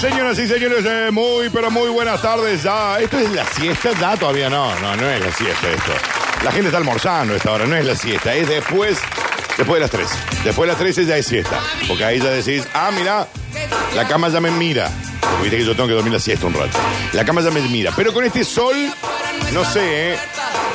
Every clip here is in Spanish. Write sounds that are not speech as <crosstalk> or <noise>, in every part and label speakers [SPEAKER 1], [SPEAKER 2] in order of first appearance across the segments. [SPEAKER 1] Señoras y señores, eh, muy pero muy buenas tardes ya. ¿Esto es la siesta? Ya todavía no, no, no es la siesta esto. La gente está almorzando a esta hora, no es la siesta, es después, después de las 13. Después de las 13 ya es siesta, porque ahí ya decís, ah, mira, la cama ya me mira. Porque viste que yo tengo que dormir la siesta un rato. La cama ya me mira, pero con este sol, no sé, ¿eh?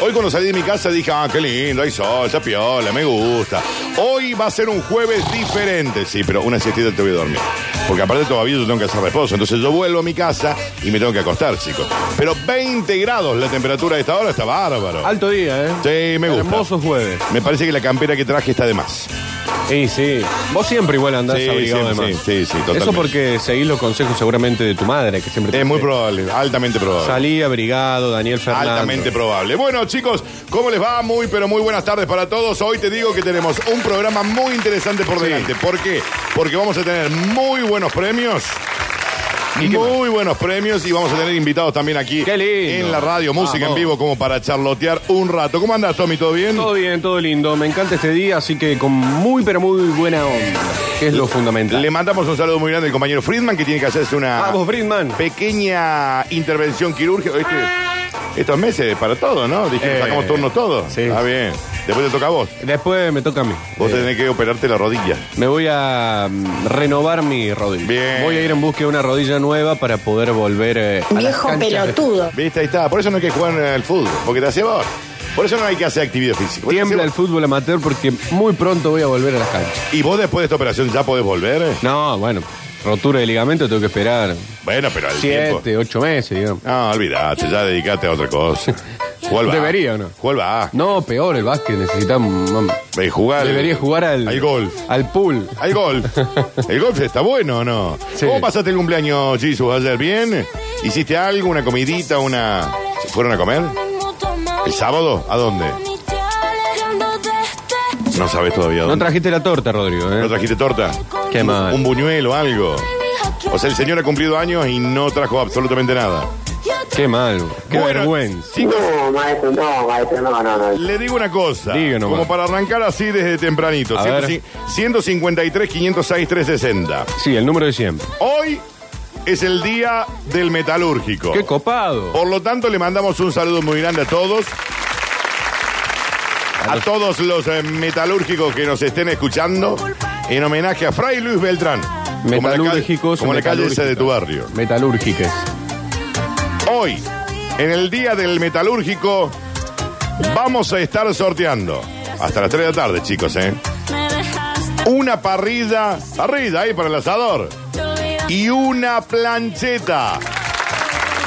[SPEAKER 1] Hoy cuando salí de mi casa dije, ah, qué lindo, hay sol, está piola, me gusta. Hoy va a ser un jueves diferente, sí, pero una siestita te voy a dormir. Porque aparte todavía yo tengo que hacer reposo, entonces yo vuelvo a mi casa y me tengo que acostar, chicos. Pero 20 grados la temperatura a esta hora está bárbaro.
[SPEAKER 2] Alto día, ¿eh?
[SPEAKER 1] Sí, me gusta.
[SPEAKER 2] Hermoso jueves.
[SPEAKER 1] Me parece que la campera que traje está de más.
[SPEAKER 2] Sí, sí. Vos siempre igual andás
[SPEAKER 1] Sí,
[SPEAKER 2] abrigado
[SPEAKER 1] siempre,
[SPEAKER 2] de más.
[SPEAKER 1] sí, sí, sí, totalmente.
[SPEAKER 2] Eso porque seguís los consejos seguramente de tu madre, que siempre te
[SPEAKER 1] Es muy
[SPEAKER 2] dice,
[SPEAKER 1] probable, altamente probable.
[SPEAKER 2] Salí abrigado, Daniel Fernández.
[SPEAKER 1] Altamente probable. Bueno, chicos, ¿cómo les va? Muy, pero muy buenas tardes para todos. Hoy te digo que tenemos un programa muy interesante por delante. ¿Por qué? Porque vamos a tener muy buenos premios. Muy buenos premios y vamos a tener invitados también aquí
[SPEAKER 2] Qué lindo.
[SPEAKER 1] en la radio, música
[SPEAKER 2] Vamos.
[SPEAKER 1] en vivo, como para charlotear un rato. ¿Cómo andas, Tommy? ¿Todo bien?
[SPEAKER 2] Todo bien, todo lindo. Me encanta este día, así que con muy, pero muy buena onda, que es lo fundamental. Ah,
[SPEAKER 1] Le mandamos un saludo muy grande al compañero Friedman, que tiene que hacerse una
[SPEAKER 2] Vamos, Friedman.
[SPEAKER 1] pequeña intervención quirúrgica. Este- estos meses para todo, ¿no? Dijimos,
[SPEAKER 2] Eh,
[SPEAKER 1] sacamos turno todo.
[SPEAKER 2] sí.
[SPEAKER 1] Está bien. Después te toca a vos.
[SPEAKER 2] Después me toca a mí.
[SPEAKER 1] Vos
[SPEAKER 2] Eh,
[SPEAKER 1] tenés que operarte la rodilla.
[SPEAKER 2] Me voy a mm, renovar mi rodilla.
[SPEAKER 1] Bien.
[SPEAKER 2] Voy a ir en busca de una rodilla nueva para poder volver eh, a las
[SPEAKER 3] Viejo
[SPEAKER 2] canchas de-
[SPEAKER 3] pelotudo.
[SPEAKER 1] ¿Viste? Ahí está. Por eso no hay que jugar al fútbol, porque te hace vos. Por eso no hay que hacer actividad física. porque te hace
[SPEAKER 2] Tiembla el
[SPEAKER 1] vos.
[SPEAKER 2] fútbol amateur porque muy pronto voy a volver a las canchas.
[SPEAKER 1] ¿Y vos después de esta operación ya podés volver?
[SPEAKER 2] No, bueno, rotura de ligamento tengo que esperar
[SPEAKER 1] Bueno, pero al tiempo.
[SPEAKER 2] siete, ocho meses, digamos.
[SPEAKER 1] No, olvidate, ya dedicate a otra
[SPEAKER 2] <laughs>
[SPEAKER 1] cosa. ¿Cuál va?
[SPEAKER 2] Debería, ¿o no?
[SPEAKER 1] ¿Cuál va?
[SPEAKER 2] No, peor el básquet, necesitamos... mam-
[SPEAKER 1] Ve, jugar.
[SPEAKER 2] Debería jugar al...
[SPEAKER 1] Al golf.
[SPEAKER 2] Al pool.
[SPEAKER 1] Al
[SPEAKER 2] <laughs>
[SPEAKER 1] golf. ¿El golf está bueno o no?
[SPEAKER 2] Sí.
[SPEAKER 1] ¿Cómo pasaste el cumpleaños, Jesus, ayer? ¿Bien? ¿Hiciste algo? ¿Una comidita? ¿Una. ¿Se fueron a comer? ¿El sábado? ¿A dónde? No sabes todavía
[SPEAKER 2] No
[SPEAKER 1] dónde.
[SPEAKER 2] trajiste la torta, Rodrigo, ¿eh?
[SPEAKER 1] ¿No trajiste torta?
[SPEAKER 2] Qué mal.
[SPEAKER 1] Un buñuelo, algo. O sea, el señor ha cumplido años y no trajo absolutamente nada.
[SPEAKER 2] Qué mal, qué
[SPEAKER 1] Bueno,
[SPEAKER 2] vergüenza.
[SPEAKER 1] Chicos,
[SPEAKER 4] No, maestro, no, maestro, no, no, no.
[SPEAKER 1] le digo una cosa.
[SPEAKER 2] Diga nomás.
[SPEAKER 1] Como para arrancar así desde tempranito.
[SPEAKER 2] A
[SPEAKER 1] 100 153, 506, 360.
[SPEAKER 2] Sí, el número de siempre.
[SPEAKER 1] Hoy es el día del metalúrgico.
[SPEAKER 2] Qué copado.
[SPEAKER 1] Por lo tanto, le mandamos un saludo muy grande a todos. A todos los eh, metalúrgicos que nos estén escuchando, en homenaje a Fray Luis Beltrán. Como la calle-
[SPEAKER 2] Metalúrgicos.
[SPEAKER 1] Como la calle esa
[SPEAKER 2] metalúrgicas.
[SPEAKER 1] de tu barrio.
[SPEAKER 2] Metalúrgicas.
[SPEAKER 1] Hoy, en el Día del Metalúrgico, vamos a estar sorteando, hasta las 3 de la tarde, chicos, ¿eh? Una parrilla, parrilla ahí para el asador, y una plancheta.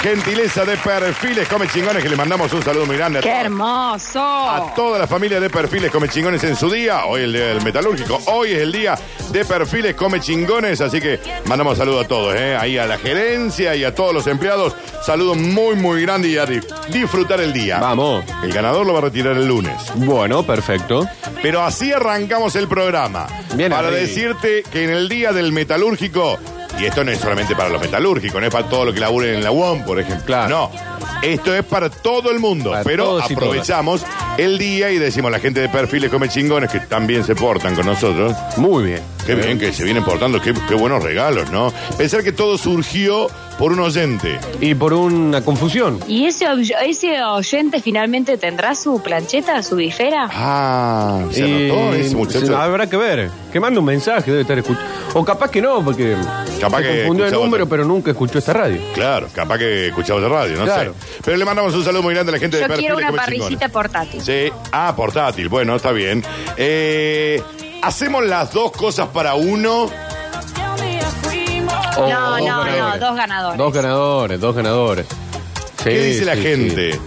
[SPEAKER 1] Gentileza de Perfiles Come Chingones, que le mandamos un saludo muy grande a
[SPEAKER 3] ¡Qué
[SPEAKER 1] todos.
[SPEAKER 3] hermoso!
[SPEAKER 1] A toda la familia de Perfiles Come Chingones en su día. Hoy es el día del metalúrgico. Hoy es el día de Perfiles Come Chingones. Así que mandamos saludos a todos, ¿eh? Ahí a la gerencia y a todos los empleados. Saludos muy, muy grandes y a di- disfrutar el día.
[SPEAKER 2] Vamos.
[SPEAKER 1] El ganador lo va a retirar el lunes.
[SPEAKER 2] Bueno, perfecto.
[SPEAKER 1] Pero así arrancamos el programa.
[SPEAKER 2] Bien,
[SPEAKER 1] para
[SPEAKER 2] Henry.
[SPEAKER 1] decirte que en el día del metalúrgico, y esto no es solamente para los metalúrgicos, no es para todo lo que laburen en la UOM, por ejemplo.
[SPEAKER 2] Claro.
[SPEAKER 1] No. Esto es para todo el mundo,
[SPEAKER 2] Para
[SPEAKER 1] pero
[SPEAKER 2] todos y todas.
[SPEAKER 1] aprovechamos el día y decimos la gente de perfiles come chingones que también se portan con nosotros.
[SPEAKER 2] Muy bien.
[SPEAKER 1] Qué bien que se vienen portando, qué, qué buenos regalos, ¿no? Pensar que todo surgió por un oyente.
[SPEAKER 2] Y por una confusión.
[SPEAKER 3] ¿Y ese, oy- ese oyente finalmente tendrá su plancheta, su bifera?
[SPEAKER 1] Ah, se
[SPEAKER 2] Y-
[SPEAKER 1] anotó ese muchacho.
[SPEAKER 2] Habrá que ver. Que mande un mensaje, debe estar escuchando. O capaz que no, porque
[SPEAKER 1] Capaz
[SPEAKER 2] se
[SPEAKER 1] que
[SPEAKER 2] confundió el
[SPEAKER 1] escuchaba
[SPEAKER 2] número,
[SPEAKER 1] otra.
[SPEAKER 2] pero nunca escuchó esta radio.
[SPEAKER 1] Claro, capaz que escuchamos la radio, no
[SPEAKER 2] Claro.
[SPEAKER 1] sé. Pero le mandamos un saludo muy grande a la gente de
[SPEAKER 3] Yo
[SPEAKER 1] Perfiles
[SPEAKER 3] quiero una
[SPEAKER 1] Come
[SPEAKER 3] parrillita
[SPEAKER 1] Chingones.
[SPEAKER 3] portátil.
[SPEAKER 1] Sí, ah, portátil, bueno, está bien. Eh, hacemos las dos cosas para uno.
[SPEAKER 2] O-
[SPEAKER 3] No,
[SPEAKER 1] Oh,
[SPEAKER 2] o
[SPEAKER 3] no, no, dos ganadores.
[SPEAKER 2] Dos ganadores, dos ganadores.
[SPEAKER 1] ¿Qué
[SPEAKER 2] Sí,
[SPEAKER 1] dice la
[SPEAKER 2] sí,
[SPEAKER 1] gente?
[SPEAKER 2] sí.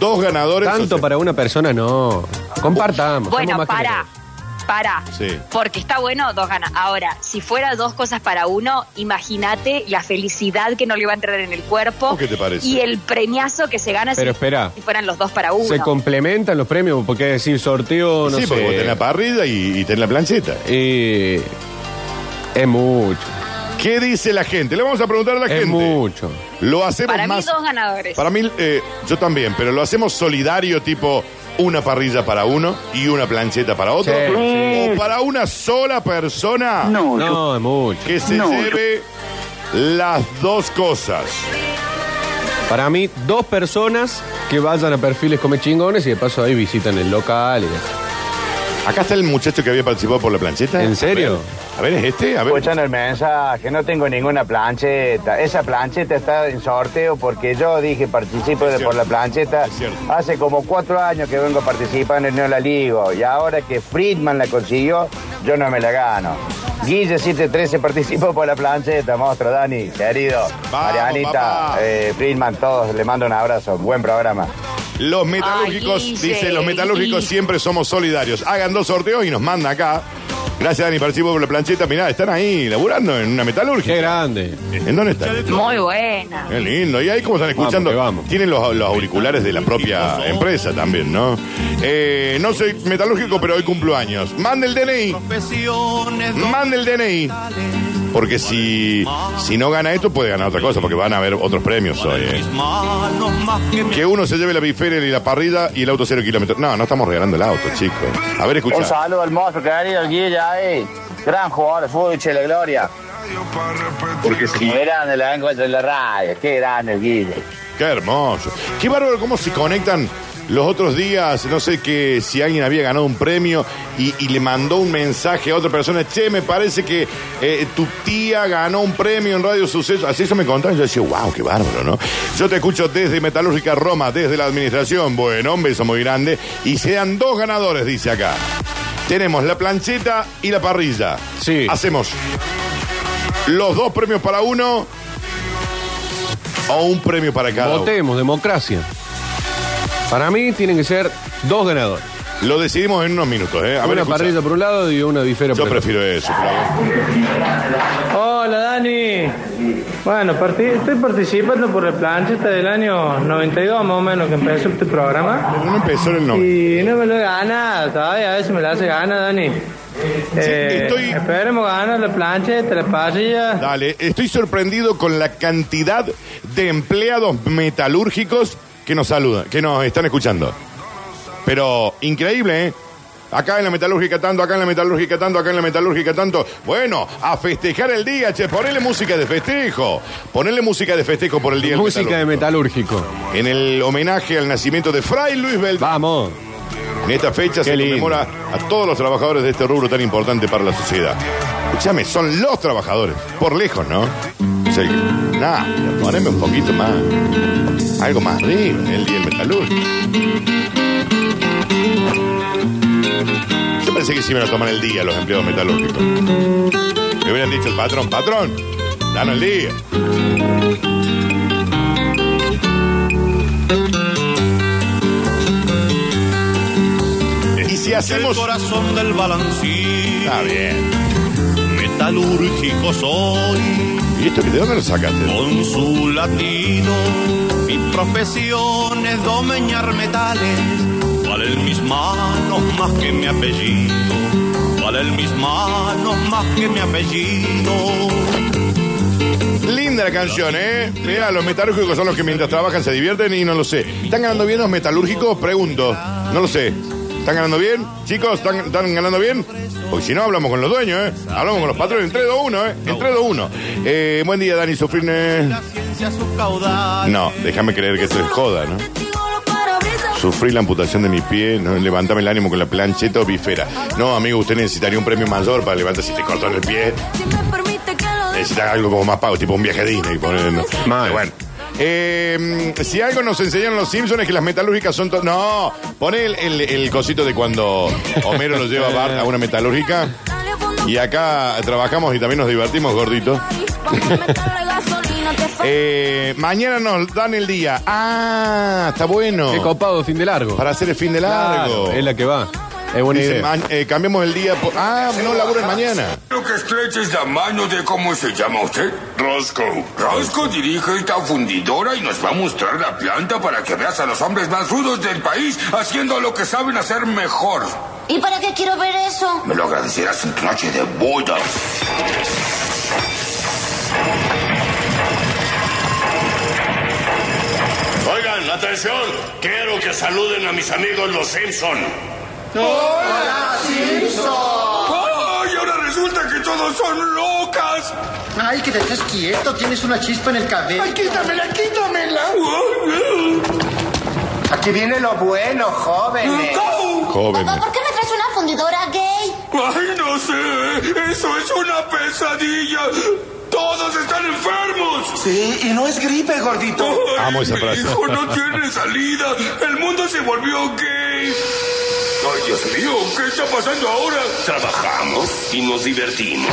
[SPEAKER 1] Dos ganadores.
[SPEAKER 2] Tanto
[SPEAKER 1] o sea,
[SPEAKER 2] para una persona no. Compartamos. somos
[SPEAKER 3] Bueno,
[SPEAKER 2] más
[SPEAKER 3] para,
[SPEAKER 2] generosos.
[SPEAKER 3] para.
[SPEAKER 1] Sí.
[SPEAKER 3] Porque está bueno, dos ganas. Ahora, si fuera dos cosas para uno, imagínate la felicidad que no le iba a entrar en el cuerpo.
[SPEAKER 1] ¿O qué te parece?
[SPEAKER 3] Y el premiazo que se gana
[SPEAKER 2] Pero
[SPEAKER 3] si,
[SPEAKER 2] espera.
[SPEAKER 3] si fueran los dos para uno.
[SPEAKER 2] Se complementan los premios, porque es decir, sorteo, no
[SPEAKER 1] sí,
[SPEAKER 2] sé.
[SPEAKER 1] porque vos tenés la parrilla y, y tenés la plancheta.
[SPEAKER 2] Y es mucho.
[SPEAKER 1] ¿Qué dice la gente? Le vamos a preguntar a la
[SPEAKER 2] Es
[SPEAKER 1] gente.
[SPEAKER 2] mucho.
[SPEAKER 1] Lo hacemos
[SPEAKER 3] para
[SPEAKER 1] más.
[SPEAKER 3] mí, dos ganadores.
[SPEAKER 1] Para mí, eh, yo también, pero lo hacemos solidario, tipo una parrilla para uno y una plancheta para otro.
[SPEAKER 2] Sí,
[SPEAKER 1] O para una sola persona
[SPEAKER 2] No, es mucho.
[SPEAKER 1] que se lleve Las dos cosas.
[SPEAKER 2] Para mí, dos personas que vayan a perfiles come chingones y de paso ahí visitan el local.
[SPEAKER 1] Acá está el muchacho que había participado por la plancheta.
[SPEAKER 2] ¿En serio?
[SPEAKER 1] A ver, a ver, ¿es este? A ver.
[SPEAKER 5] Escuchan el mensaje, no tengo ninguna plancheta. Esa plancheta está en sorteo porque yo dije participo de
[SPEAKER 1] cierto,
[SPEAKER 5] por la plancheta.
[SPEAKER 1] es cierto.
[SPEAKER 5] Hace como cuatro años que vengo participando en Neola Ligo y ahora que Friedman la consiguió, yo no me la gano. Guille 713 participó por la plancheta, monstruo Dani, querido.
[SPEAKER 1] Vamos,
[SPEAKER 5] Marianita,
[SPEAKER 1] papá.
[SPEAKER 5] eh, Friedman, todos le mando un abrazo. Buen programa.
[SPEAKER 1] Los metalúrgicos,
[SPEAKER 3] Ay, Guille,
[SPEAKER 1] dice, los metalúrgicos
[SPEAKER 3] Guille.
[SPEAKER 1] siempre somos solidarios. Hagan dos sorteos y nos manda acá. Gracias, Dani, participo por la plancheta. Mirá, están ahí laburando en una
[SPEAKER 2] Qué
[SPEAKER 1] metalúrgica.
[SPEAKER 2] grande.
[SPEAKER 1] ¿En dónde están?
[SPEAKER 3] Muy buena.
[SPEAKER 1] Qué lindo. Y ahí como están escuchando,
[SPEAKER 2] Vamos, que vamos.
[SPEAKER 1] tienen los, los auriculares de la propia empresa también, ¿no? Eh, no soy metalúrgico, pero hoy cumplo años. Mande el DNI, mande el DNI. Porque si, si no gana esto, puede ganar otra cosa, porque van a haber otros premios hoy. eh. Que uno se lleve la biferia y la parrilla y el auto cero kilómetros. No, no estamos regalando el auto, chicos. A ver,
[SPEAKER 5] Un
[SPEAKER 1] escucha.
[SPEAKER 5] saludo al monstruo querido, al Guille ahí. Gran jugador de fútbol, che, la gloria.
[SPEAKER 1] Porque sí.
[SPEAKER 5] Qué grande la encuentro en la radio, qué grande el Guille.
[SPEAKER 1] Qué hermoso. Qué bárbaro cómo se conectan los otros días. No sé que si alguien había ganado un premio y, y le mandó un mensaje a otra persona. Che, me parece que eh, tu tía ganó un premio en Radio Suceso. Así eso me contaron. Yo decía, wow, qué bárbaro, ¿no? Yo te escucho desde Metalúrgica Roma, desde la administración. Bueno, un beso muy grande. Y sean dos ganadores, dice acá. Tenemos la plancheta y la parrilla.
[SPEAKER 2] Sí.
[SPEAKER 1] Hacemos los dos premios para uno o un premio para cada uno.
[SPEAKER 2] Votemos, democracia. Para mí tienen que ser dos ganadores.
[SPEAKER 1] Lo decidimos en unos minutos, ¿eh? A ver,
[SPEAKER 2] una
[SPEAKER 1] escucha.
[SPEAKER 2] parrilla por un lado y una bifera
[SPEAKER 1] Yo
[SPEAKER 2] por el otro.
[SPEAKER 1] prefiero eso. pero a ver.
[SPEAKER 6] Hola Dani. Bueno, parti- estoy participando por la plancheta del año 92 más o menos que empezó este programa.
[SPEAKER 1] No empezó el nombre.
[SPEAKER 6] Y no me lo he ganado todavía, a ver si me la hace gana Dani. Eh,
[SPEAKER 1] estoy-
[SPEAKER 6] Esperemos ganar la plancheta, la parrilla.
[SPEAKER 1] Dale, estoy sorprendido con la cantidad de empleados metalúrgicos que nos saludan, que nos están escuchando. Pero increíble, ¿eh? Acá en la metalúrgica tanto, acá en la metalúrgica tanto, acá en la metalúrgica tanto. Bueno, a festejar el día, che, ponele música de festejo. Ponele música de festejo por el día del
[SPEAKER 2] Música de metalúrgico.
[SPEAKER 1] En el homenaje al nacimiento de Fray Luis Beltrán.
[SPEAKER 2] Vamos.
[SPEAKER 1] En esta fecha
[SPEAKER 2] Qué
[SPEAKER 1] se
[SPEAKER 2] lindo.
[SPEAKER 1] conmemora a todos los trabajadores de este rubro tan importante para la sociedad. Escúchame, son los trabajadores, por lejos, ¿no? Dice el- Nah, poneme un poquito más, algo más arriba, el día del metalúrgico. Yo pensé que sí me lo toman el día los empleados metalúrgicos. Me hubieran dicho el patrón, patrón, danos el día. Y si hacemos...
[SPEAKER 7] El corazón del balancín
[SPEAKER 1] Está bien.
[SPEAKER 7] metalúrgico soy,
[SPEAKER 1] ¿Y esto que de dónde lo sacaste?
[SPEAKER 7] con su latido, mi profesión es domeñar metales, valen mis manos más que mi apellido, valen mis manos más que mi apellido.
[SPEAKER 1] Linda la canción, ¿eh? Mira, los metalúrgicos son los que mientras trabajan se divierten y no lo sé. ¿Están ganando bien los metalúrgicos? Pregunto. No lo sé. ¿Están ganando bien? Chicos, ¿están, están ganando bien? Porque si no, hablamos con los dueños, ¿eh? Hablamos con los patrones. En 3, 2, 1, ¿eh? En 3, 2, 1. Eh, buen día, Dani Sufrine.
[SPEAKER 7] La ciencia sus caudales.
[SPEAKER 1] No, déjame creer que esto es joda, ¿no? Sufrí la amputación de mi pie, no, levantame el ánimo con la plancheta o bifera. No, amigo, usted necesitaría un premio mayor para levantar si te cortan el pie. Necesitan algo como más pago, tipo un viaje a Disney. ponele, ¿no?
[SPEAKER 2] Mal.
[SPEAKER 1] Pero Bueno. Eh, si algo nos enseñaron los Simpsons es que las metalúrgicas son... to- No, pone el, el- el cosito de cuando Homero lo lleva a Bart a una metalúrgica. Y acá trabajamos y también nos divertimos, gordito. <laughs> Eh, mañana nos dan el día. Ah, está bueno.
[SPEAKER 2] Qué copado, fin de largo.
[SPEAKER 1] Para hacer el fin de largo.
[SPEAKER 2] Claro, es la que va. Es buena
[SPEAKER 1] Dice,
[SPEAKER 2] idea.
[SPEAKER 1] ma- eh, cambiamos el día. por- Ah, no laburen mañana.
[SPEAKER 8] Lo que estreches la mano de cómo se llama usted. Roscoe. Roscoe dirige esta fundidora y nos va a mostrar la planta para que veas a los hombres más rudos del país haciendo lo que saben hacer mejor.
[SPEAKER 9] ¿Y para qué quiero ver eso?
[SPEAKER 8] Me lo agradecerás en tu noche de bodas.
[SPEAKER 10] Oigan, atención, quiero que saluden a mis amigos los Simpson.
[SPEAKER 8] ¡Ay, ahora resulta que todos son locas.
[SPEAKER 11] Ay, que te estés quieto, tienes una chispa en el cabello.
[SPEAKER 8] Ay, quítamela, quítamela.
[SPEAKER 11] Aquí viene lo bueno, jóvenes.
[SPEAKER 1] Joven.
[SPEAKER 9] Papá, ¿por qué me traes una fundidora gay?
[SPEAKER 8] Ay, no sé. Eso es una pesadilla. Todos están enfermos.
[SPEAKER 11] Sí, y no es gripe, gordito.
[SPEAKER 8] Ay,
[SPEAKER 1] Amo esa
[SPEAKER 8] mi
[SPEAKER 1] frase.
[SPEAKER 8] hijo no tiene salida. El mundo se volvió gay. Ay, Dios mío, ¿qué está pasando ahora?
[SPEAKER 10] Trabajamos y nos divertimos.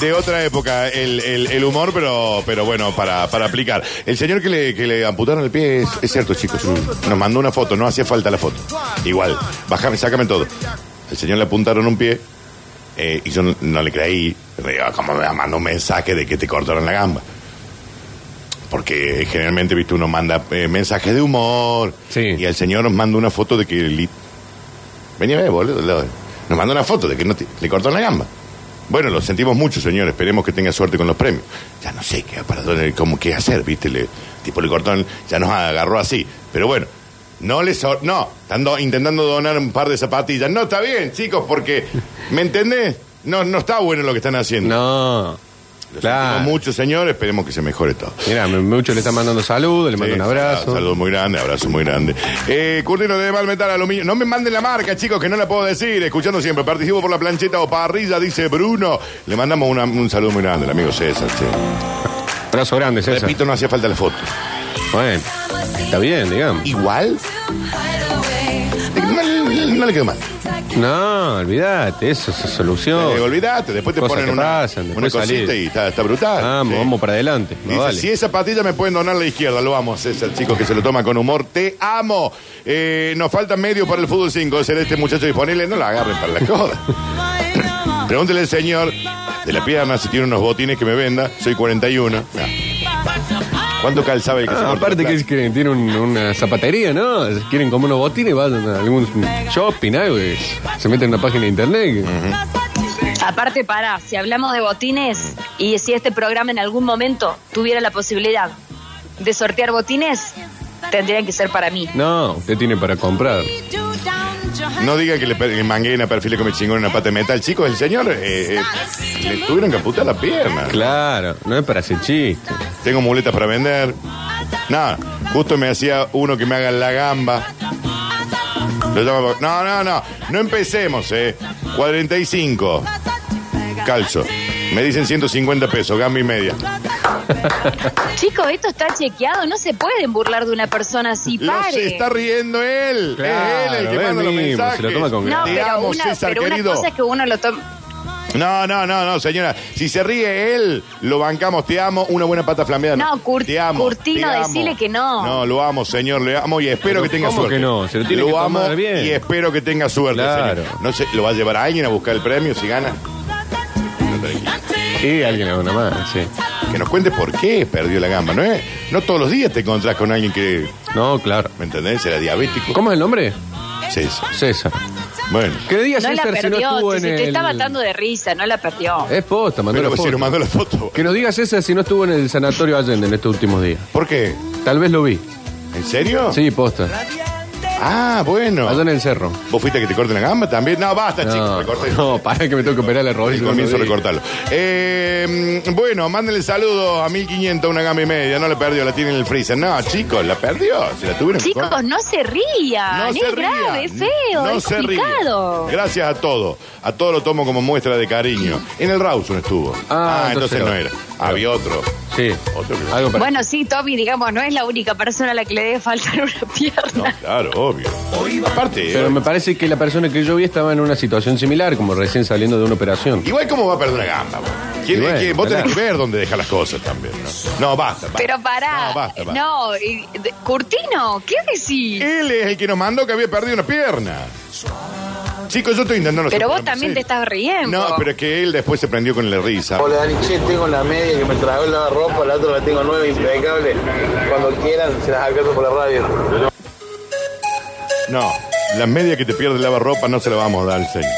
[SPEAKER 1] De otra época, el, el- el humor, pero, pero bueno, para, para aplicar. El señor que le, que le amputaron el pie, es, es cierto, chicos, nos mandó una foto, no hacía falta la foto. Igual, bájame, sácame todo. El señor le apuntaron un pie eh, y yo no, no le creí. Le digo, ¿cómo me mandó un mensaje de que te cortaron la gamba? Porque generalmente, viste, uno manda eh, mensajes de humor. Y el señor nos manda una foto de que... li- Vení a ver, boludo. lo- Nos manda una foto de que no te- le cortaron la gamba. Bueno, lo sentimos mucho, señor. Esperemos que tenga suerte con los premios. Ya no sé qué, para dónde, cómo qué hacer, ¿viste? Le, tipo, le cortón ya nos agarró así. Pero bueno, no le so- No, están do- intentando donar un par de zapatillas. No está bien, chicos, porque. ¿Me entendés? No, no está bueno lo que están haciendo.
[SPEAKER 2] No.
[SPEAKER 1] Claro. Mucho, señor. Esperemos que se mejore todo.
[SPEAKER 2] Mira, mucho le está mandando salud, le mando un abrazo.
[SPEAKER 1] Saludos muy grande, abrazo muy grande. Eh, Curtino de Mal Metal Aluminio. No me manden la marca, chicos, que no la puedo decir. Escuchando siempre, participo por la plancheta o parrilla, dice Bruno. Le mandamos una- un saludo muy grande al amigo César.
[SPEAKER 2] Abrazo grande, César.
[SPEAKER 1] Repito, no hacía falta la foto.
[SPEAKER 2] Bueno, está bien, digamos.
[SPEAKER 1] Igual. No, no le quedó mal.
[SPEAKER 2] No, olvídate, eso se solución.
[SPEAKER 1] Eh, olvídate, después te
[SPEAKER 2] Cosas
[SPEAKER 1] ponen
[SPEAKER 2] que
[SPEAKER 1] una,
[SPEAKER 2] pasan,
[SPEAKER 1] una
[SPEAKER 2] después
[SPEAKER 1] cosita
[SPEAKER 2] salís.
[SPEAKER 1] y está, está brutal.
[SPEAKER 2] Vamos,
[SPEAKER 1] Sí.
[SPEAKER 2] vamos para adelante. más
[SPEAKER 1] Dice,
[SPEAKER 2] vale.
[SPEAKER 1] si esa patilla me pueden donar la izquierda, lo amo, César, chico, que se lo toma con humor. Te amo. Eh, nos falta medio para el fútbol 5. Ser este muchacho disponible, no la agarren para la coda. Pregúntele al señor de la pierna si tiene unos botines que me venda. Soy 41. Ah. ¿Cuánto calzaba el que se
[SPEAKER 2] Ah,
[SPEAKER 1] cortó
[SPEAKER 2] aparte
[SPEAKER 1] la
[SPEAKER 2] que quieren, tienen un- una zapatería, ¿no? Quieren como unos botines, vayan a algún shopping, algo, y se meten en una página de internet.
[SPEAKER 3] Aparte, para, si hablamos de botines y si este programa en algún momento tuviera la posibilidad de sortear botines, tendrían que ser para mí.
[SPEAKER 2] No, usted tiene para comprar.
[SPEAKER 1] No diga que le, pe- le mangueen a perfiles como chingón una pata de metal. Chicos, el señor eh, eh, le tuvieron que amputar la pierna.
[SPEAKER 2] Claro, no es para hacer chiste.
[SPEAKER 1] Tengo muletas para vender. Nada, justo me hacía uno que me haga la gamba. Lo llamo- No, no, no. No empecemos, eh. 45. Calzo. Me dicen 150 pesos, gamba y media.
[SPEAKER 3] Chicos, esto está chequeado, no se pueden burlar de una persona así,
[SPEAKER 1] Lo se
[SPEAKER 3] pare.
[SPEAKER 1] está riendo él.
[SPEAKER 2] Claro,
[SPEAKER 1] es él el
[SPEAKER 2] él
[SPEAKER 1] que manda los
[SPEAKER 2] mismo,
[SPEAKER 1] mensajes.
[SPEAKER 2] se lo toma con
[SPEAKER 3] No,
[SPEAKER 2] gracia.
[SPEAKER 1] Te
[SPEAKER 3] pero,
[SPEAKER 1] amo,
[SPEAKER 3] una,
[SPEAKER 1] César,
[SPEAKER 3] pero una
[SPEAKER 1] querido.
[SPEAKER 3] cosa es que uno lo tome.
[SPEAKER 1] No, no, no, no, señora. Si se ríe él, lo bancamos. Te amo. Una buena pata flambeada.
[SPEAKER 3] No, Cur-
[SPEAKER 1] te amo.
[SPEAKER 3] Curtino,
[SPEAKER 1] te amo.
[SPEAKER 3] decile que no.
[SPEAKER 1] No, lo amo, señor. Le amo y espero
[SPEAKER 2] Pero
[SPEAKER 1] que tenga
[SPEAKER 2] ¿cómo
[SPEAKER 1] suerte.
[SPEAKER 2] que no? Se lo tiene que
[SPEAKER 1] amo
[SPEAKER 2] tomar bien.
[SPEAKER 1] y espero que tenga suerte,
[SPEAKER 2] Claro.
[SPEAKER 1] señor. No sé, ¿lo va a llevar a alguien a buscar el premio si gana?
[SPEAKER 2] Y alguien haga una más, sí.
[SPEAKER 1] Que nos cuente por qué perdió la gamba, ¿no es? No todos los días te encontrás con alguien que,
[SPEAKER 2] No, claro.
[SPEAKER 1] ¿me entendés? Era diabético.
[SPEAKER 2] ¿Cómo es el nombre?
[SPEAKER 1] Sí, sí.
[SPEAKER 2] César.
[SPEAKER 1] Bueno.
[SPEAKER 2] ¿Qué día
[SPEAKER 3] No la
[SPEAKER 2] César si no
[SPEAKER 3] perdió,
[SPEAKER 2] estuvo
[SPEAKER 3] si
[SPEAKER 2] en
[SPEAKER 3] se
[SPEAKER 2] el...
[SPEAKER 3] te está matando de risa, no la
[SPEAKER 1] Eh,
[SPEAKER 3] perdió.
[SPEAKER 2] Es posta, mandó
[SPEAKER 1] Pero si
[SPEAKER 2] la foto.
[SPEAKER 1] pues nos mandó la foto.
[SPEAKER 2] Que nos diga César si no estuvo en el sanatorio Allende en estos últimos días.
[SPEAKER 1] ¿Por qué?
[SPEAKER 2] Tal vez lo vi.
[SPEAKER 1] ¿En serio?
[SPEAKER 2] Sí, posta.
[SPEAKER 1] Ah, bueno.
[SPEAKER 2] Allá en el cerro.
[SPEAKER 1] ¿Vos fuiste a que te corten la gamba también? No, basta, chicos.
[SPEAKER 2] No,
[SPEAKER 1] recorté. <laughs>
[SPEAKER 2] no, para que me tengo que operar la rodilla.
[SPEAKER 1] El comienzo a
[SPEAKER 2] otro día.
[SPEAKER 1] recortarlo. Eh, mm, bueno, mándenle saludos a 1500, una gama y media. No la perdió, la tiene en el freezer. No, chicos, la perdió. Se la tuvieron que
[SPEAKER 3] Chicos,
[SPEAKER 1] comer.
[SPEAKER 3] no se rían, es
[SPEAKER 1] rían.
[SPEAKER 3] grave, es feo,
[SPEAKER 1] No
[SPEAKER 3] es
[SPEAKER 1] se rían.
[SPEAKER 3] complicado.
[SPEAKER 1] Gracias a todo. A todo lo tomo como muestra de cariño. En el Rawson estuvo.
[SPEAKER 2] Ah,
[SPEAKER 1] entonces,
[SPEAKER 2] entonces
[SPEAKER 1] no
[SPEAKER 2] no.
[SPEAKER 1] era. Había otro.
[SPEAKER 2] Sí.
[SPEAKER 1] Otro que-
[SPEAKER 2] Algo para.
[SPEAKER 3] Bueno, sí, Tommy, digamos, no es la única persona a la que le debe faltar <laughs> una
[SPEAKER 1] No,
[SPEAKER 3] pierna.
[SPEAKER 1] claro, obvio. Aparte, eh,
[SPEAKER 2] Pero me parece que la persona que yo vi estaba en una situación similar, como recién saliendo de una operación.
[SPEAKER 1] igual cómo va a perder una gamba. vos? ¿Quién-
[SPEAKER 2] Y bueno,
[SPEAKER 1] quién- vos tenés
[SPEAKER 2] claro.
[SPEAKER 1] que ver dónde dejar las cosas también. No, no basta, basta.
[SPEAKER 3] Pero pará,
[SPEAKER 1] No, basta, basta. Eh,
[SPEAKER 3] no, y- de- Curtino, ¿qué decís?
[SPEAKER 1] Él es el que nos mandó que había perdido una pierna. Chicos, yo estoy intentando. hacer
[SPEAKER 3] Pero
[SPEAKER 1] un
[SPEAKER 3] vos
[SPEAKER 1] programa
[SPEAKER 3] también te
[SPEAKER 1] serio.
[SPEAKER 3] estás riendo.
[SPEAKER 1] No, pero es que él después se prendió con la risa.
[SPEAKER 5] Hola Dani, che, tengo la media que me tragó la ropa, la otra la tengo nueva, impecable. Cuando quieran, se las alcanzo por la radio.
[SPEAKER 1] No, las medias que te pierde el lavarropa no se las vamos a dar, señor.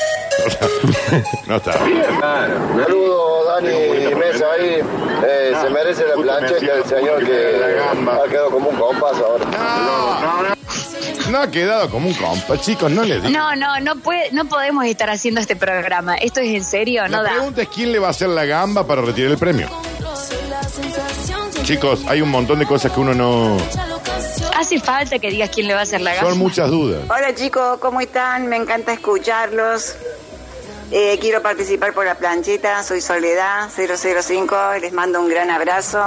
[SPEAKER 1] O sea, <laughs> no está bien.
[SPEAKER 5] Saludos Dani Mesa ahí, Eh, se merece este la plancha que el señor que ha quedado como un compás ahora.
[SPEAKER 1] No, Ah. No ha quedado como un compa, chicos, no le digo.
[SPEAKER 3] No, no, no, puede, no podemos estar haciendo este programa. Esto es en serio, no
[SPEAKER 1] La
[SPEAKER 3] da.
[SPEAKER 1] pregunta es quién le va a hacer la gamba para retirar el premio. Chicos, hay un montón de cosas que uno no...
[SPEAKER 3] Hace falta que digas quién le va a hacer la gamba.
[SPEAKER 1] Son muchas dudas.
[SPEAKER 12] Hola chicos, ¿cómo están? Me encanta escucharlos. Eh, quiero participar por la planchita, soy Soledad 005, les mando un gran abrazo.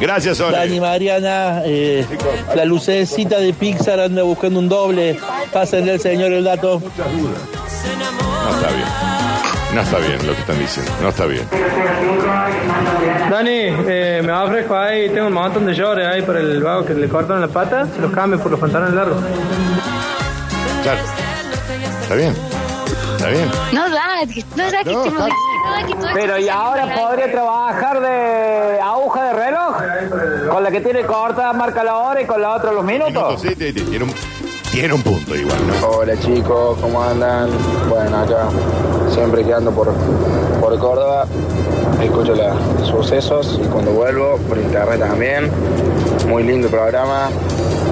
[SPEAKER 1] Gracias, Ole.
[SPEAKER 13] Dani Mariana, eh, la lucecita de Pixar anda buscando un doble. Pásenle al señor el dato.
[SPEAKER 1] No está bien. No está bien lo que están diciendo. No está bien.
[SPEAKER 6] Dani, eh, me ofrezco ahí, tengo un montón de llores ahí para el vago que le cortan la pata, se los cambio por los pantalones largos.
[SPEAKER 1] Claro. Está bien. Está bien.
[SPEAKER 3] No da, que- no da que
[SPEAKER 1] No,
[SPEAKER 3] estemos
[SPEAKER 1] está-
[SPEAKER 3] no da que todo esto
[SPEAKER 5] Pero y
[SPEAKER 3] sea
[SPEAKER 5] ahora
[SPEAKER 3] natural.
[SPEAKER 5] podría trabajar de aguja de reloj. Con la que tiene corta marca la hora y con la otra los minutos.
[SPEAKER 1] Sí, sí, sí, tiene, un, tiene un punto igual, ¿no?
[SPEAKER 14] Hola chicos, ¿cómo andan? Bueno, acá siempre que ando por, por Córdoba, escucho los sucesos y cuando vuelvo por internet también. Muy lindo programa,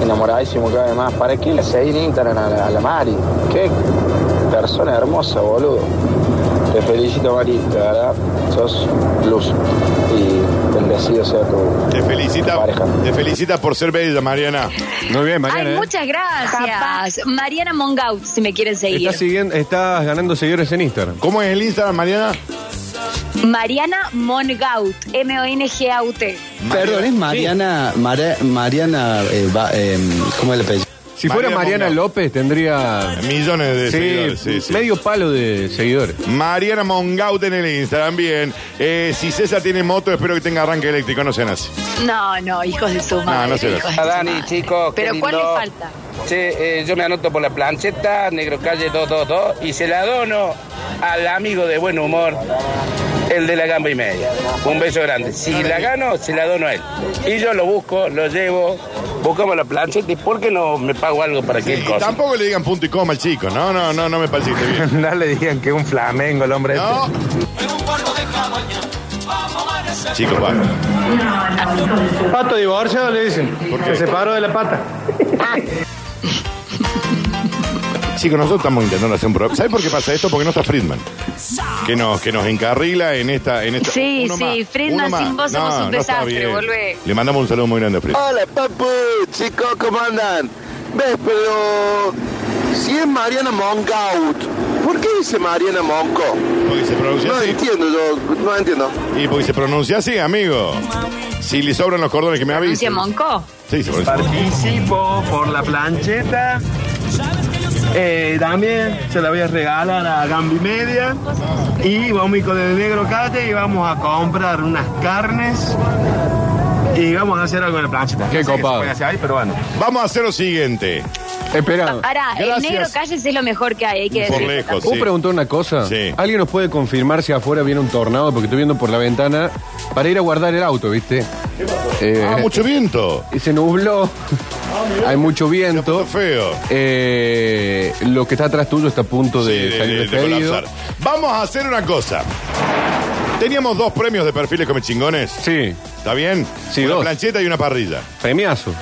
[SPEAKER 14] enamoradísimo cada vez más. ¿Para qué le seguir Instagram a la, a la Mari? Qué persona hermosa, boludo. Te felicito Mari, de verdad, sos luz y bendecido sea tu,
[SPEAKER 1] te felicita,
[SPEAKER 14] pareja.
[SPEAKER 1] Te felicita por ser bella, Mariana.
[SPEAKER 2] Muy bien, Mariana.
[SPEAKER 3] Ay,
[SPEAKER 2] ¿eh?
[SPEAKER 3] muchas gracias. Mariana Mongaut, si me quieren seguir.
[SPEAKER 2] Estás, siguiendo, estás ganando seguidores en Instagram.
[SPEAKER 1] ¿Cómo es el Instagram, Mariana?
[SPEAKER 3] Mariana Mongaut, M-O-N-G-A-U-T.
[SPEAKER 15] Perdón, es Mariana. Mare- Mariana. eh, va- eh, ¿Cómo es el apellido?
[SPEAKER 2] Si fuera Mariana López tendría...
[SPEAKER 1] Millones de
[SPEAKER 2] Sí,
[SPEAKER 1] seguidores.
[SPEAKER 2] medio palo de seguidores.
[SPEAKER 1] Mariana Mongaut en el Instagram, bien. Eh, si César tiene moto, espero que tenga arranque eléctrico, no sean así.
[SPEAKER 3] No, no, hijos de su
[SPEAKER 1] No,
[SPEAKER 3] madre.
[SPEAKER 1] no se ve.
[SPEAKER 3] hijos de
[SPEAKER 16] A
[SPEAKER 3] su
[SPEAKER 16] Dani,
[SPEAKER 3] madre.
[SPEAKER 16] chicos. qué
[SPEAKER 3] Pero ¿cuál le
[SPEAKER 16] lindo.
[SPEAKER 3] falta?
[SPEAKER 16] Che, eh, yo me anoto por la plancheta, Negro Calle 222, y se la dono al amigo de buen humor, el de la gamba y media. Un beso grande. Si la gano, se la dono a él. Y yo lo busco, lo llevo, buscamos la plancheta, ¿y por qué no me pago algo para aquel
[SPEAKER 1] Y
[SPEAKER 16] cosa?
[SPEAKER 1] tampoco le digan punto y coma al chico, no, no, no, no me pareciste bien.
[SPEAKER 5] <laughs> no le digan que es un flamengo el hombre.
[SPEAKER 1] No. Chicos, va.
[SPEAKER 6] Pato divorciado le dicen.
[SPEAKER 1] qué?
[SPEAKER 6] Se
[SPEAKER 5] este.
[SPEAKER 6] separó de la pata.
[SPEAKER 1] Chicos, nosotros estamos intentando hacer un programa. ¿Sabes por qué pasa esto? Porque no está Friedman. Que nos, que nos encarrila en esta. En esta
[SPEAKER 3] Sí, sí, Friedman,
[SPEAKER 1] uno más.
[SPEAKER 3] sin vos somos un
[SPEAKER 1] está
[SPEAKER 3] desastre,
[SPEAKER 1] bien.
[SPEAKER 3] volvé.
[SPEAKER 1] Le mandamos un saludo muy grande a Friedman.
[SPEAKER 17] Hola, papu, Pues, chicos, ¿cómo andan? ¿Ves? Pero si es Mariana Mongaut, ¿por qué dice Mariana Monco?
[SPEAKER 1] Porque se pronuncia
[SPEAKER 17] No
[SPEAKER 1] así.
[SPEAKER 17] entiendo, yo no entiendo.
[SPEAKER 1] Y porque se pronuncia así, amigo. Si le sobran los cordones que me
[SPEAKER 3] ¿Pronuncia
[SPEAKER 1] avisen.
[SPEAKER 3] Monco?
[SPEAKER 1] Sí, se pronuncia.
[SPEAKER 18] Participo por la plancheta. Eh, también se la voy a regalar a Gambi Media. Y vamos a ir con el negro cate y vamos a comprar unas carnes. Y vamos a hacer algo en la plancheta.
[SPEAKER 2] Qué
[SPEAKER 18] No sé se
[SPEAKER 2] copado.
[SPEAKER 18] puede hacer ahí, pero bueno.
[SPEAKER 1] Vamos a hacer lo <laughs> siguiente.
[SPEAKER 2] Espera.
[SPEAKER 3] Ahora, el
[SPEAKER 2] Gracias.
[SPEAKER 3] negro calles es lo mejor que hay, hay que decirlo
[SPEAKER 2] ¿Puedo preguntar una cosa? ¿Alguien nos puede confirmar si afuera viene un tornado? Porque estoy viendo por la ventana para ir a guardar el auto, ¿viste? Eh,
[SPEAKER 1] Ah, mucho viento.
[SPEAKER 2] <laughs> Y se nubló. Hay mucho viento. Eh,
[SPEAKER 1] feo.
[SPEAKER 2] lo que está atrás tuyo está a punto de
[SPEAKER 1] de-
[SPEAKER 2] salir
[SPEAKER 1] de- de
[SPEAKER 2] despedido.
[SPEAKER 1] colapsar. Vamos a hacer una cosa. Teníamos dos premios de perfiles come chingones.
[SPEAKER 2] Sí.
[SPEAKER 1] ¿Está bien? Sí, una plancheta y una parrilla.
[SPEAKER 2] Premiazo.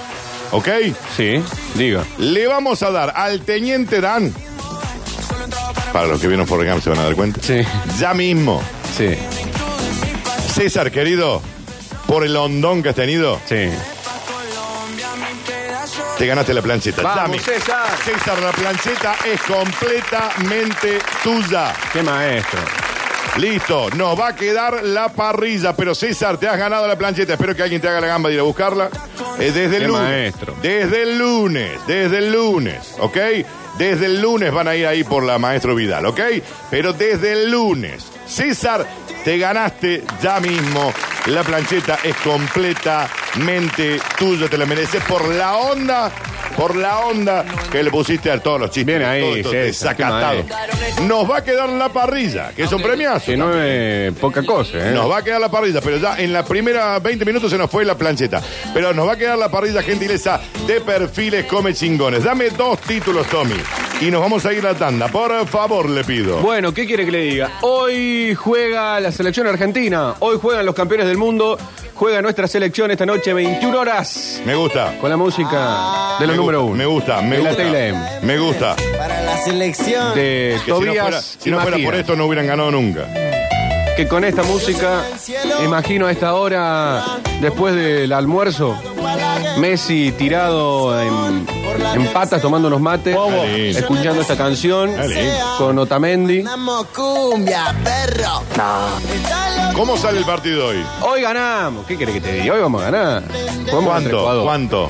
[SPEAKER 1] ¿Ok?
[SPEAKER 2] Sí, diga.
[SPEAKER 1] Le vamos a dar al teniente Dan. Para los que vieron Forrest Gump se van a dar cuenta.
[SPEAKER 2] Sí.
[SPEAKER 1] Ya mismo.
[SPEAKER 2] Sí.
[SPEAKER 1] César, querido, por el hondón que has tenido.
[SPEAKER 2] Sí.
[SPEAKER 1] Te ganaste la plancheta. ya
[SPEAKER 2] Vamos,
[SPEAKER 1] mismo.
[SPEAKER 2] César.
[SPEAKER 1] César, la plancheta es completamente tuya.
[SPEAKER 2] Qué maestro.
[SPEAKER 1] Listo, nos va a quedar la parrilla, pero César, te has ganado la plancheta. Espero que alguien te haga la gamba de ir a buscarla. Eh, desde el
[SPEAKER 2] Qué
[SPEAKER 1] lunes.
[SPEAKER 2] maestro.
[SPEAKER 1] Desde el lunes, desde el lunes, ¿ok? Desde el lunes van a ir ahí por la maestro Vidal, ¿ok? Pero desde el lunes, César, te ganaste ya mismo. La plancheta es completamente tuya, te la mereces por la onda. Por la onda que le pusiste a todos los chistes. Bien
[SPEAKER 2] ahí, César, qué
[SPEAKER 1] Nos va a quedar la parrilla, que son premios.
[SPEAKER 2] Que no es poca cosa, ¿eh?
[SPEAKER 1] Nos va a quedar la parrilla, pero ya en la primera 20 minutos se nos fue la plancheta. Pero nos va a quedar la parrilla gentileza de perfiles come chingones. Dame dos títulos, Tommy. Y nos vamos a ir a la tanda. Por favor, le pido.
[SPEAKER 2] Bueno, ¿qué quiere que le diga? Hoy juega la selección argentina, hoy juegan los campeones del mundo, Juega nuestra selección esta noche, 21 horas.
[SPEAKER 1] Me gusta.
[SPEAKER 2] Con la música de lo
[SPEAKER 1] Ah. Me
[SPEAKER 2] número
[SPEAKER 1] gusta,
[SPEAKER 2] uno.
[SPEAKER 1] Me gusta, me
[SPEAKER 2] De la
[SPEAKER 1] gusta.
[SPEAKER 2] Tela M.
[SPEAKER 1] Me gusta.
[SPEAKER 19] La selección.
[SPEAKER 2] De
[SPEAKER 1] Que si no fuera-
[SPEAKER 2] Tobías.
[SPEAKER 1] si no fuera por esto, no hubieran ganado nunca.
[SPEAKER 2] Que con esta música, imagino a esta hora, después del almuerzo, Messi tirado en, en patas tomando unos mates, escuchando esta canción con Otamendi.
[SPEAKER 19] Vamos, cumbia, perro.
[SPEAKER 1] ¿Cómo sale el partido hoy?
[SPEAKER 2] Hoy ganamos. ¿Qué querés que te diga? Hoy vamos a ganar.
[SPEAKER 1] ¿Cuánto? ¿Cuánto?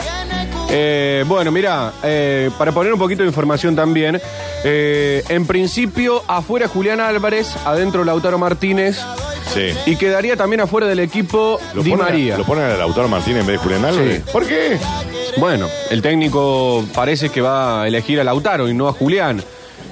[SPEAKER 2] bueno, mira, eh, para poner un poquito de información también, eh, en principio afuera Julián Álvarez, adentro Lautaro Martínez.
[SPEAKER 1] Sí.
[SPEAKER 2] Y quedaría también afuera del equipo
[SPEAKER 1] ¿Lo
[SPEAKER 2] Di
[SPEAKER 1] ponen a-
[SPEAKER 2] María.
[SPEAKER 1] ¿Lo ponen al autor Martínez en vez de Julián Álvarez? ¿Por qué?
[SPEAKER 2] Bueno, el técnico parece que va a elegir a Lautaro y no a Julián.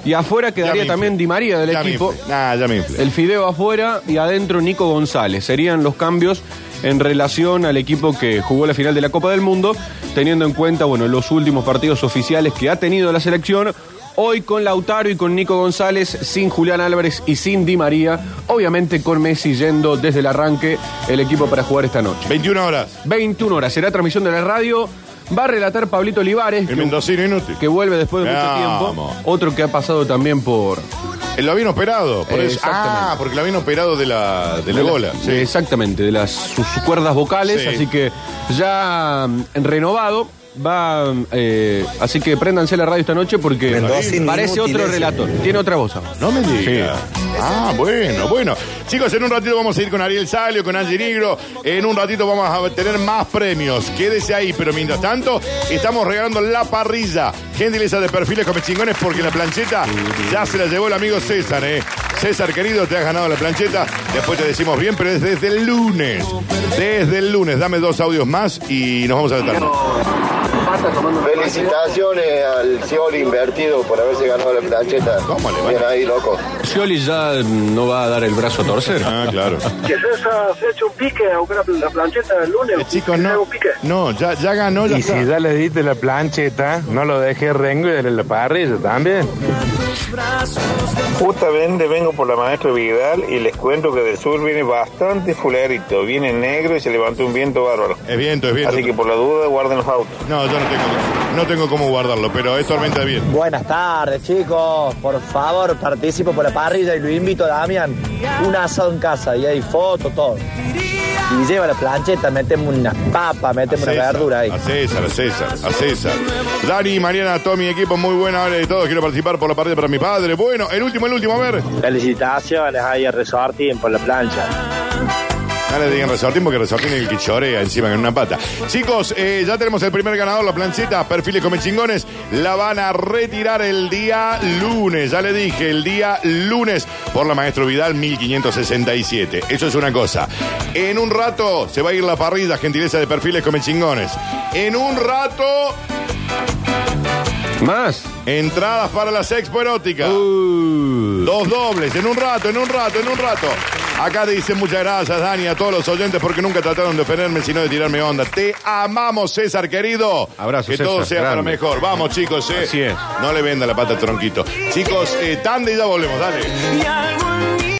[SPEAKER 2] Y afuera quedaría
[SPEAKER 1] me
[SPEAKER 2] también Di María del
[SPEAKER 1] Ya me
[SPEAKER 2] equipo.
[SPEAKER 1] inflé. Nah, ya me inflé.
[SPEAKER 2] El Fideo afuera y adentro Nico González. Serían los cambios en relación al equipo que jugó la final de la Copa del Mundo, teniendo en cuenta, bueno, los últimos partidos oficiales que ha tenido la selección. Hoy con Lautaro y con Nico González, sin Julián Álvarez y sin Di María. Obviamente con Messi yendo desde el arranque el equipo para jugar esta noche.
[SPEAKER 1] 21 horas.
[SPEAKER 2] 21 horas. Será transmisión de la radio. Va a relatar Pablito Olivares. que- Que vuelve después de mucho tiempo.
[SPEAKER 1] Vamos.
[SPEAKER 2] Otro que ha pasado también por.
[SPEAKER 1] Eh, Lo habían operado. Por eso. Ah, porque lo habían operado de la, de la gola.
[SPEAKER 2] Sí, Exactamente, de las sus cuerdas vocales,
[SPEAKER 1] Sí.
[SPEAKER 2] así que ya mm, renovado. Va, eh, así que préndanse la radio esta noche porque parece otro relator. Tiene otra voz.
[SPEAKER 1] No me digas. Ah, bueno, bueno. Chicos, en un ratito vamos a ir con Ariel Salio, con Angie Nigro. En un ratito vamos a tener más premios. Quédese ahí, pero mientras tanto, estamos regalando la parrilla. Gentileza de perfiles con chingones porque la plancheta ya se la llevó el amigo César, ¿eh? César, querido, te has ganado la plancheta. Después te decimos bien, pero es desde el lunes. Desde el lunes. Dame dos audios más y nos vamos a detener.
[SPEAKER 14] Felicitaciones al señor invertido por haberse ganado la plancheta. ¿Cómo le Bien ahí, loco.
[SPEAKER 2] Scioli ya mm, no va a dar el brazo a torcer.
[SPEAKER 1] Ah, claro.
[SPEAKER 20] Que César se eche un pique, aunque la, la plancheta del lunes.
[SPEAKER 1] Chicos, Eh, no. No, ya, ya ganó
[SPEAKER 20] ya
[SPEAKER 18] Y
[SPEAKER 20] está.
[SPEAKER 18] si ya le diste la plancheta, no lo dejes rengo y dale la parrilla también. Justamente vengo por la maestra Vidal y les cuento que del sur viene bastante fularito. Viene negro y se levantó un viento bárbaro.
[SPEAKER 1] Es viento, es viento.
[SPEAKER 18] Así que por la duda guarden los autos.
[SPEAKER 1] No, yo no tengo, no tengo cómo guardarlo, pero es tormenta de bien.
[SPEAKER 19] Buenas tardes, chicos. Por favor, participo por la parrilla y lo invito a Damián. Un asado en casa y hay fotos, todo. Y lleva la plancheta, metemos unas papas, metemos una
[SPEAKER 1] César,
[SPEAKER 19] verdura ahí.
[SPEAKER 1] A César, a César, a César. Dani, Mariana, todo mi equipo, muy buena hora de todo. Quiero participar por la parte para mi padre. Bueno, el último, el último, a ver.
[SPEAKER 20] Felicitaciones ahí a Resortín por la plancha.
[SPEAKER 1] No le digan resortín porque resortín es el que chorea encima con una pata. Chicos, eh, ya tenemos el primer ganador, la plancheta, perfiles come chingones. La van a retirar el día lunes, ya le dije, el día lunes por la Maestro Vidal 1567. Eso es una cosa. En un rato se va a ir la parrilla, gentileza de perfiles come chingones. En un rato
[SPEAKER 2] Más.
[SPEAKER 1] Entradas para las expo erótica.
[SPEAKER 2] Uh.
[SPEAKER 1] Dos dobles, en un rato, en un rato, en un rato. Acá dicen muchas gracias, Dani, a todos los oyentes, porque nunca trataron de ofenderme, sino de tirarme onda. Te amamos, César, querido.
[SPEAKER 2] Abrazo,
[SPEAKER 1] Que todo
[SPEAKER 2] César,
[SPEAKER 1] sea para
[SPEAKER 2] grande.
[SPEAKER 1] mejor. Vamos, chicos, eh. No le venda la pata al tronquito. Chicos, eh, tanda y ya volvemos, dale.